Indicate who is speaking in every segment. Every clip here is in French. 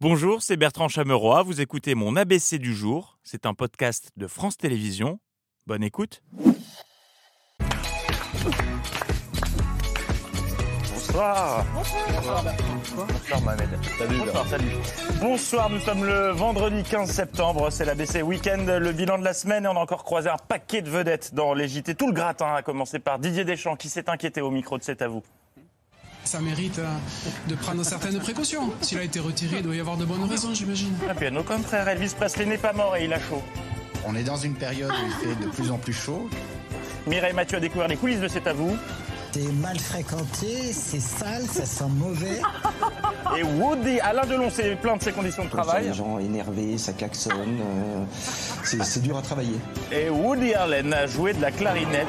Speaker 1: Bonjour, c'est Bertrand Chameroy. Vous écoutez mon ABC du jour. C'est un podcast de France Télévisions. Bonne écoute.
Speaker 2: Bonsoir. Bonsoir Mohamed. Salut. Bonsoir, salut. Bonsoir, nous sommes le vendredi 15 septembre, c'est l'ABC Week-end, le bilan de la semaine et on a encore croisé un paquet de vedettes dans les JT, tout le gratin, à commencer par Didier Deschamps qui s'est inquiété au micro de C'est à vous.
Speaker 3: Ça mérite euh, de prendre certaines précautions. S'il a été retiré, il doit y avoir de bonnes raisons, j'imagine.
Speaker 2: Ah, puis, au contraire, Elvis Presley n'est pas mort et il a chaud.
Speaker 4: On est dans une période où il fait de plus en plus chaud.
Speaker 2: Mireille Mathieu a découvert les coulisses de C'est à vous.
Speaker 5: C'est mal fréquenté, c'est sale, ça sent mauvais.
Speaker 2: Et Woody, Alain Delon s'est plaint de ses conditions de travail.
Speaker 6: Les gens énervés, ça klaxonne. euh, c'est c'est dur à travailler.
Speaker 2: Et Woody Allen a joué de la clarinette.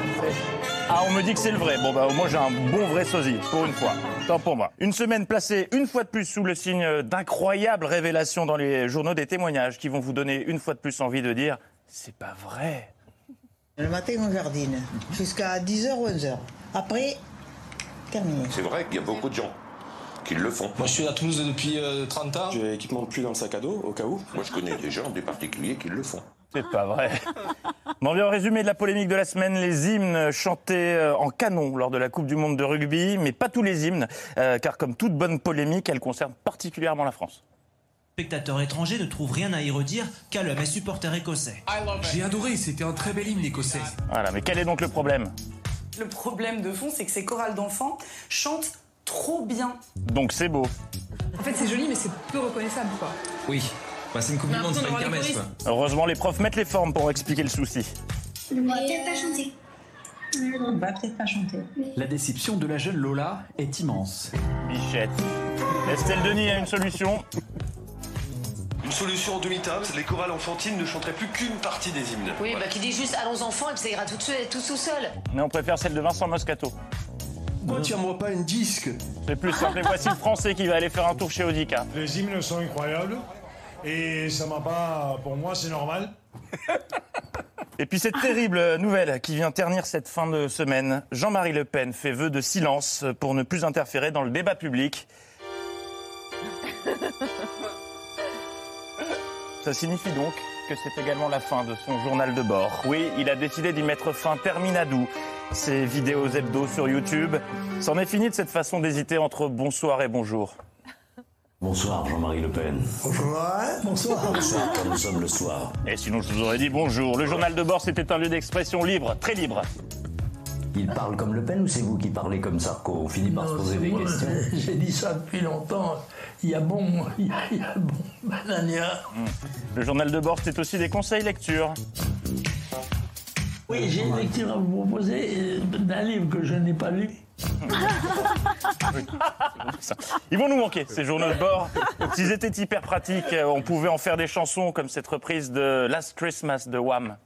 Speaker 2: Ah, on me dit que c'est le vrai. Bon, bah, au moins, j'ai un bon vrai sosie, pour une fois. Tant pour moi. Une semaine placée, une fois de plus, sous le signe d'incroyables révélations dans les journaux des témoignages qui vont vous donner, une fois de plus, envie de dire c'est pas vrai.
Speaker 5: Le matin, on jardine jusqu'à 10h ou 11h. Après, terminé.
Speaker 7: C'est vrai qu'il y a beaucoup de gens qui le font.
Speaker 8: Moi, je suis à Toulouse depuis euh, 30 ans.
Speaker 9: J'ai l'équipement de pluie dans le sac à dos, au cas où.
Speaker 7: Moi, je connais des gens, des particuliers qui le font.
Speaker 2: C'est pas vrai. Bon, bien, en résumé de la polémique de la semaine, les hymnes chantés euh, en canon lors de la Coupe du Monde de rugby, mais pas tous les hymnes, euh, car comme toute bonne polémique, elle concerne particulièrement la France.
Speaker 10: spectateurs étrangers ne trouvent rien à y redire qu'à l'homme et supporter écossais.
Speaker 3: J'ai adoré, c'était un très bel hymne écossais.
Speaker 2: Voilà, mais quel est donc le problème
Speaker 11: Le problème de fond, c'est que ces chorales d'enfants chantent trop bien.
Speaker 2: Donc c'est beau.
Speaker 11: En fait, c'est joli, mais c'est peu reconnaissable, quoi.
Speaker 8: Oui. Bah, c'est une coupe du
Speaker 11: On a
Speaker 8: monde, c'est pas une
Speaker 11: l'impression d'avoir
Speaker 8: kermesse.
Speaker 11: des
Speaker 8: quoi.
Speaker 2: Heureusement, les profs mettent les formes pour expliquer le souci.
Speaker 12: La déception de la jeune Lola est immense.
Speaker 2: Bichette. Estelle Denis a une solution.
Speaker 9: Une solution en demi-table, les chorales enfantines ne chanteraient plus qu'une partie des hymnes.
Speaker 13: Oui, bah, qui dit juste allons enfants et puis ça ira tout, seul- tout tout seul.
Speaker 2: Mais on préfère celle de Vincent Moscato.
Speaker 9: Pourquoi tire-moi pas une disque
Speaker 2: C'est plus simple. Et voici le français qui va aller faire un tour chez Odica.
Speaker 12: Les hymnes sont incroyables. Et ça m'a pas. Pour moi, c'est normal.
Speaker 2: Et puis cette terrible nouvelle qui vient ternir cette fin de semaine. Jean-Marie Le Pen fait vœu de silence pour ne plus interférer dans le débat public. Ça signifie donc que c'est également la fin de son journal de bord. Oui, il a décidé d'y mettre fin terminadou. Ses vidéos hebdo sur YouTube. C'en est fini de cette façon d'hésiter entre bonsoir et bonjour.
Speaker 8: Bonsoir Jean-Marie Le Pen.
Speaker 5: Bonsoir.
Speaker 8: Bonsoir quand nous sommes le soir.
Speaker 2: Et sinon, je vous aurais dit bonjour. Le journal de bord, c'était un lieu d'expression libre, très libre.
Speaker 8: Il parle comme Le Pen ou c'est vous qui parlez comme Sarko On finit par se poser des questions.
Speaker 12: J'ai dit ça depuis longtemps. Il y a bon. Il y a, bon. Banania.
Speaker 2: Le journal de bord, c'était aussi des conseils lecture.
Speaker 12: Oui, j'ai une lecture à vous proposer euh, d'un livre que je n'ai pas lu.
Speaker 2: Ils vont nous manquer, ces journaux de bord. S'ils étaient hyper pratiques, euh, on pouvait en faire des chansons comme cette reprise de Last Christmas de Wham.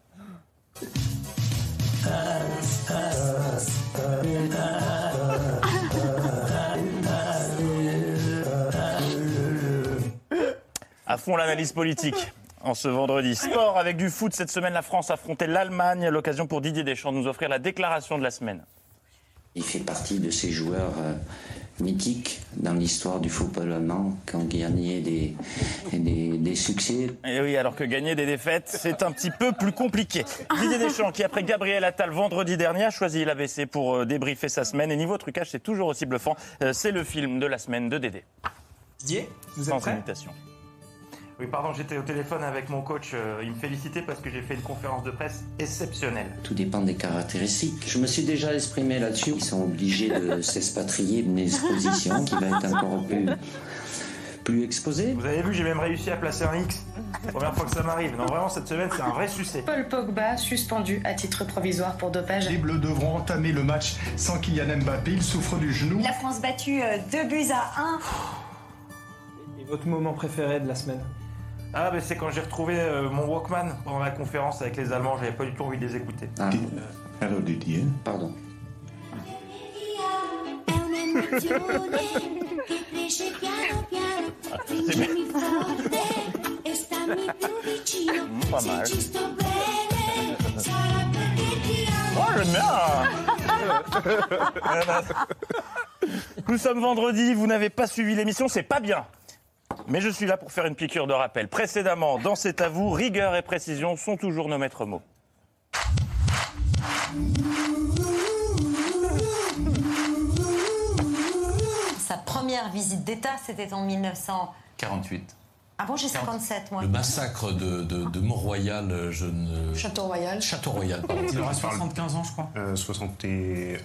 Speaker 2: À fond l'analyse politique. En ce vendredi sport avec du foot, cette semaine la France affrontait l'Allemagne, l'occasion pour Didier Deschamps de nous offrir la déclaration de la semaine.
Speaker 6: Il fait partie de ces joueurs euh, mythiques dans l'histoire du football allemand qui ont gagné des, des, des succès.
Speaker 2: Et Eh oui, alors que gagner des défaites, c'est un petit peu plus compliqué. Didier Deschamps, qui après Gabriel Attal vendredi dernier, a choisi l'ABC pour euh, débriefer sa semaine. Et niveau trucage, c'est toujours aussi bluffant. Euh, C'est le film de la semaine de Dédé.
Speaker 8: Didier, vous
Speaker 2: Sans imitation. Oui, pardon, j'étais au téléphone avec mon coach. Euh, Il me félicitait parce que j'ai fait une conférence de presse exceptionnelle.
Speaker 6: Tout dépend des caractéristiques. Je me suis déjà exprimé là-dessus. Ils sont obligés de s'expatrier d'une exposition qui va être encore plus, plus exposée.
Speaker 2: Vous avez vu, j'ai même réussi à placer un X. Première fois que ça m'arrive. Non, vraiment, cette semaine, c'est un vrai succès.
Speaker 13: Paul Pogba suspendu à titre provisoire pour dopage.
Speaker 9: Les Bleus devront entamer le match sans Kylian Mbappé. Il souffre du genou.
Speaker 13: La France battue 2 buts à 1.
Speaker 12: Et votre moment préféré de la semaine
Speaker 2: Ah, mais c'est quand j'ai retrouvé euh, mon Walkman pendant la conférence avec les Allemands. J'avais pas du tout envie de les écouter.
Speaker 6: Ah,
Speaker 7: Allô, Didier
Speaker 6: pardon.
Speaker 2: Pas mal. Oh, j'aime bien Nous sommes vendredi, vous n'avez pas suivi l'émission, c'est pas bien Mais je suis là pour faire une piqûre de rappel. Précédemment, dans cet avou, rigueur et précision sont toujours nos maîtres mots.
Speaker 14: Sa première visite d'État, c'était en 1900.
Speaker 15: 48.
Speaker 14: Ah bon, j'ai 57, moi.
Speaker 15: Le massacre de, de, de Mont-Royal, je ne...
Speaker 14: Château Royal.
Speaker 15: Château-Royal, pardon.
Speaker 16: Il aura
Speaker 15: Parle-
Speaker 16: 75 ans, je crois. 71.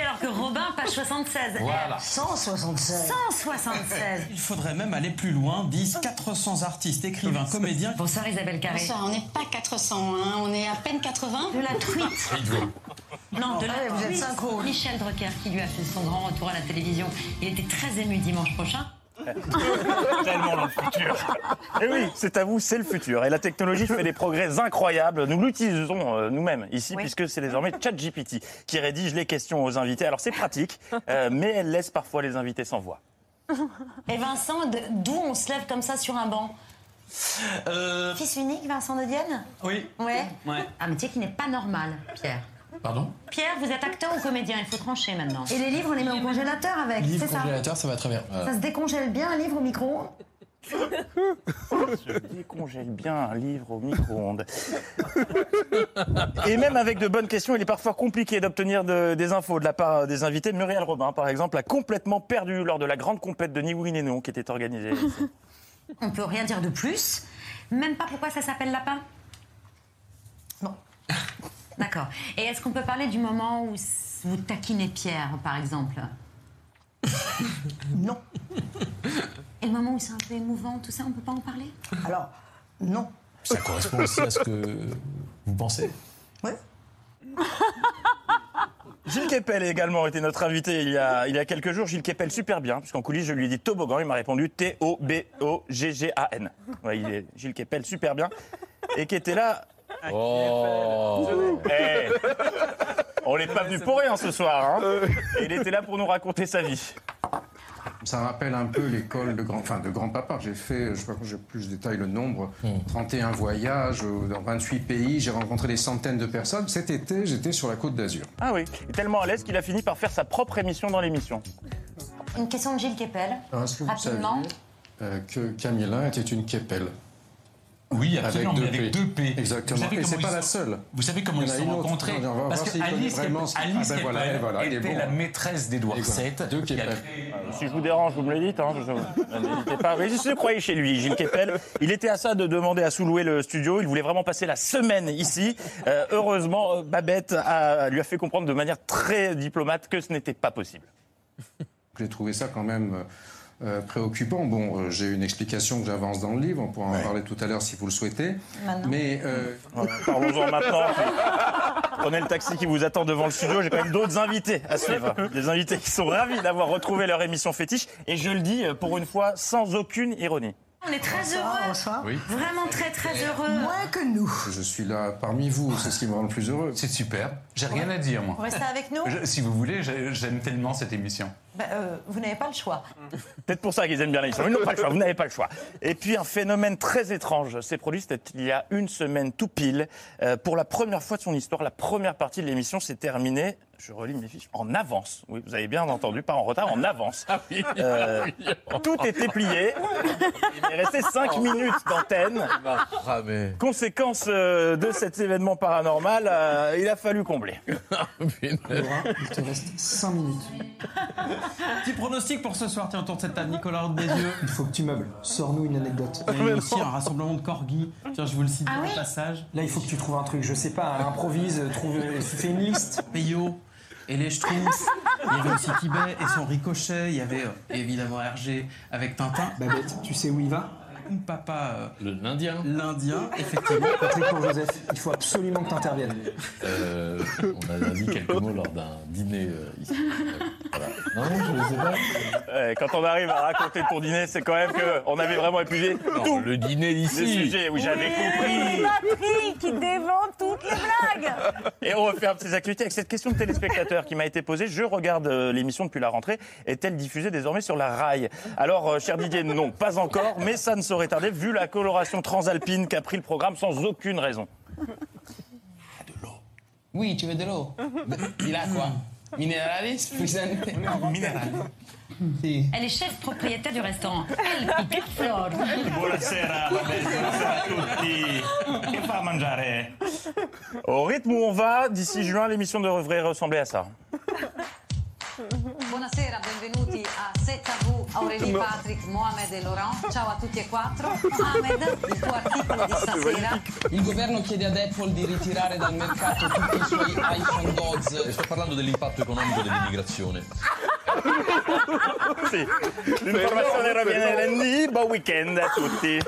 Speaker 14: Alors que Robin, pas 76.
Speaker 16: Voilà.
Speaker 14: 176. 176.
Speaker 10: Il faudrait même aller plus loin, 10, 400 artistes, écrivains, comédiens.
Speaker 14: Bonsoir Isabelle Carré.
Speaker 17: Bonsoir, on n'est pas 401, on est à peine 80.
Speaker 14: De la truite. Non, de la
Speaker 17: Ah, vous êtes
Speaker 14: suite,
Speaker 17: synchro.
Speaker 14: Oh, Michel Drucker qui lui a fait son grand retour à la télévision. Il était très ému dimanche prochain.
Speaker 2: Tellement le futur. Et Eh oui, c'est à vous, c'est le futur. Et la technologie fait des progrès incroyables. Nous l'utilisons euh, nous-mêmes ici, puisque c'est désormais ChatGPT qui rédige les questions aux invités. Alors c'est pratique, euh, mais elle laisse parfois les invités sans voix.
Speaker 14: Et Vincent, de- d'où on se lève comme ça sur un banc Fils unique, Vincent de Dienne
Speaker 10: Euh, Oui.
Speaker 14: Ouais.
Speaker 10: Ouais.
Speaker 14: Un métier qui n'est pas normal, Pierre.
Speaker 15: Pardon
Speaker 14: Pierre, vous êtes acteur ou comédien Il faut trancher maintenant. Et les livres, on les met au congélateur avec,
Speaker 15: Livre congélateur, ça va très bien.
Speaker 16: Euh,
Speaker 15: Voilà.
Speaker 14: décongèle bien, un livre au micro
Speaker 2: Je décongèle bien un livre au micro-ondes. Et même avec de bonnes questions, il est parfois compliqué d'obtenir de- des infos de la part des invités. Muriel Robin, par exemple, a complètement perdu lors de la grande compète de Ni Oui Ni Non qui était organisée.
Speaker 14: On peut rien dire de plus. Même pas pourquoi ça s'appelle lapin. Bon. D'accord. Et est-ce qu'on peut parler du moment où s- vous taquinez Pierre, par exemple Non. Et le moment où c'est un peu émouvant, tout ça, on peut pas en parler
Speaker 5: Alors, non.
Speaker 15: Ça correspond aussi à ce que vous pensez.
Speaker 2: Gilles Kepel a également été notre invité il y a, il y a quelques jours. Gilles Kepel, super bien, puisqu'en coulisses, je lui ai dit toboggan. Il m'a répondu T-O-B-O-G-G-A-N. Ouais, il est Gilles Kepel, super bien. Et qui était là. Eh, on n'est pas venu pour rien ce soir. hein. Et Il était là pour nous raconter sa vie.
Speaker 16: Ça rappelle un peu l'école de grand, enfin de grand-papa. J'ai fait, je sais pas quand j'ai plus je détaille le nombre,
Speaker 15: Hmm.
Speaker 16: 31 voyages euh, dans 28 pays. J'ai rencontré des centaines de personnes. Cet été, j'étais sur la côte d'Azur.
Speaker 2: Ah oui, il est tellement à l'aise qu'il a fini par faire sa propre émission dans l'émission.
Speaker 14: Une question de Gilles Kepel.
Speaker 16: Alors, Ah, Est-ce que vous
Speaker 14: Rapidement.
Speaker 16: saviez euh, que Camilla était une képelle
Speaker 15: Oui, absolument, mais avec deux P. Vous
Speaker 16: Exactement.
Speaker 15: savez
Speaker 16: Et
Speaker 15: comment
Speaker 16: c'est
Speaker 15: ils
Speaker 16: pas
Speaker 15: sont-
Speaker 16: la seule.
Speaker 15: Vous savez comment
Speaker 16: Il y
Speaker 15: ils
Speaker 16: en a
Speaker 15: se sont
Speaker 16: une autre. Non,
Speaker 15: rencontrés
Speaker 16: on va voir
Speaker 15: Parce que
Speaker 16: s'il connaît
Speaker 15: Alice,
Speaker 16: vraiment
Speaker 15: Keppel-
Speaker 16: ce qu'il-
Speaker 15: Alice
Speaker 16: Ah, ben voilà,
Speaker 15: Keppel
Speaker 16: elle, voilà, elle est
Speaker 15: était
Speaker 16: bon,
Speaker 15: la
Speaker 16: hein.
Speaker 15: maîtresse d'Edouard
Speaker 16: Et voilà.
Speaker 15: VII.
Speaker 16: Deux
Speaker 15: qui a
Speaker 16: Keppel.
Speaker 15: créé-
Speaker 2: Si je vous dérange, vous me le dites. Hein, je- je- N'hésitez pas. Mais je se croyais chez lui, Gilles Kepel. Il était à ça de demander à sous-louer le studio. Il voulait vraiment passer la semaine ici. Euh, heureusement, euh, Babette a- lui a fait comprendre de manière très diplomate que ce n'était pas possible.
Speaker 16: J'ai trouvé ça quand même euh, préoccupant. Bon, euh, j'ai une explication que j'avance dans le livre. On pourra en parler tout à l'heure si vous le souhaitez.
Speaker 14: Maintenant.
Speaker 16: Mais euh,
Speaker 2: Voilà, Parlons-en maintenant. Prenez le taxi qui vous attend devant le studio. J'ai quand même d'autres invités à suivre. Des invités qui sont ravis d'avoir retrouvé leur émission fétiche. Et je le dis euh, pour une fois sans aucune ironie.
Speaker 14: On est
Speaker 5: Oh,
Speaker 14: très heureux.
Speaker 16: Oui.
Speaker 14: Vraiment très très heureux.
Speaker 5: Moins que nous.
Speaker 16: je suis là parmi vous. C'est ce qui me rend le plus heureux.
Speaker 15: C'est super. J'ai rien à dire, moi.
Speaker 14: Restez avec nous.
Speaker 15: Je- si vous voulez, j'ai- j'aime tellement cette émission.
Speaker 14: Bah, euh, vous n'avez pas le choix.
Speaker 2: Peut-être pour ça qu'ils aiment bien l'émission. Ils n'ont pas le choix, vous n'avez pas le choix. Et puis un phénomène très étrange s'est produit, c'était il y a une semaine tout pile. Euh, pour la première fois de son histoire, la première partie de l'émission s'est terminée, je relis mes fiches, en avance. Oui, vous avez bien entendu, pas en retard, en avance. Euh, tout était plié. Il est resté 5 minutes d'antenne.
Speaker 15: Ah, mais.
Speaker 2: Conséquence euh, de cet événement paranormal, euh, il a fallu combler.
Speaker 16: Il te reste 5 minutes.
Speaker 10: Petit pronostic pour ce soir, tiens, autour de cette table, Nicolas Horde des yeux.
Speaker 16: Il faut que tu meubles. Sors-nous une anecdote.
Speaker 10: Il y a eu aussi un rassemblement de corgis. Tiens, je vous le cite
Speaker 14: Ah
Speaker 10: au
Speaker 14: oui
Speaker 10: passage.
Speaker 16: Là, il faut que tu trouves un truc. Je sais pas, improvise, trouve, fais une liste.
Speaker 10: Peyo et les Schtroumpfs. Il y avait aussi Kibet et son ricochet. Il y avait euh, évidemment Hergé avec Tintin.
Speaker 16: Babette, tu sais où il va
Speaker 10: Ou papa euh,
Speaker 15: L'Indien.
Speaker 10: l'Indien, effectivement.
Speaker 16: Patrick pour Joseph, il faut absolument que tu interviennes.
Speaker 15: Euh, on a dit quelques mots lors d'un dîner euh, ici. Euh, voilà. Non, je ne sais pas.
Speaker 2: Ouais, Euh, quand on arrive à raconter ton dîner, c'est quand même qu'on avait vraiment épuisé tout
Speaker 15: Le dîner
Speaker 2: le
Speaker 15: ici.
Speaker 2: sujet. Oui, j'avais compris.
Speaker 18: Patrick qui dévente toutes les blagues
Speaker 2: Et on refait un petit actualité avec cette question de téléspectateur qui m'a été posée. Je regarde euh, l'émission depuis la rentrée. Est-elle diffusée désormais sur la rail Alors, euh, cher Didier, non, pas encore, mais ça ne saurait tarder vu la coloration transalpine qu'a pris le programme sans aucune raison.
Speaker 19: Oui, tu veux de l'eau Il a quoi
Speaker 10: Mineralis, puissante.
Speaker 2: Minéral.
Speaker 20: Elle est chef propriétaire du restaurant El Picaflor.
Speaker 2: Buonasera, va bene, buonasera a tutti. Che fa mangiare? Au rythme où on va, d'ici juin, l'émission devrait ressembler à ça.
Speaker 21: Buonasera, benvenuti a ZV Aurélie
Speaker 2: No.
Speaker 21: Patrick, Mohamed e Laurent. Ciao a tutti e quattro. Ahmed, il tuo articolo di stasera.
Speaker 10: Il governo chiede ad Apple di ritirare dal mercato tutti i suoi iPhone 12.
Speaker 15: Sto parlando dell'impatto economico dell'immigrazione.
Speaker 2: Sì, l'informazione viene lì, buon weekend a tutti.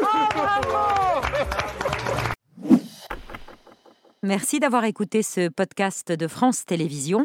Speaker 14: Merci d'avoir écouté ce podcast de France Télévisions.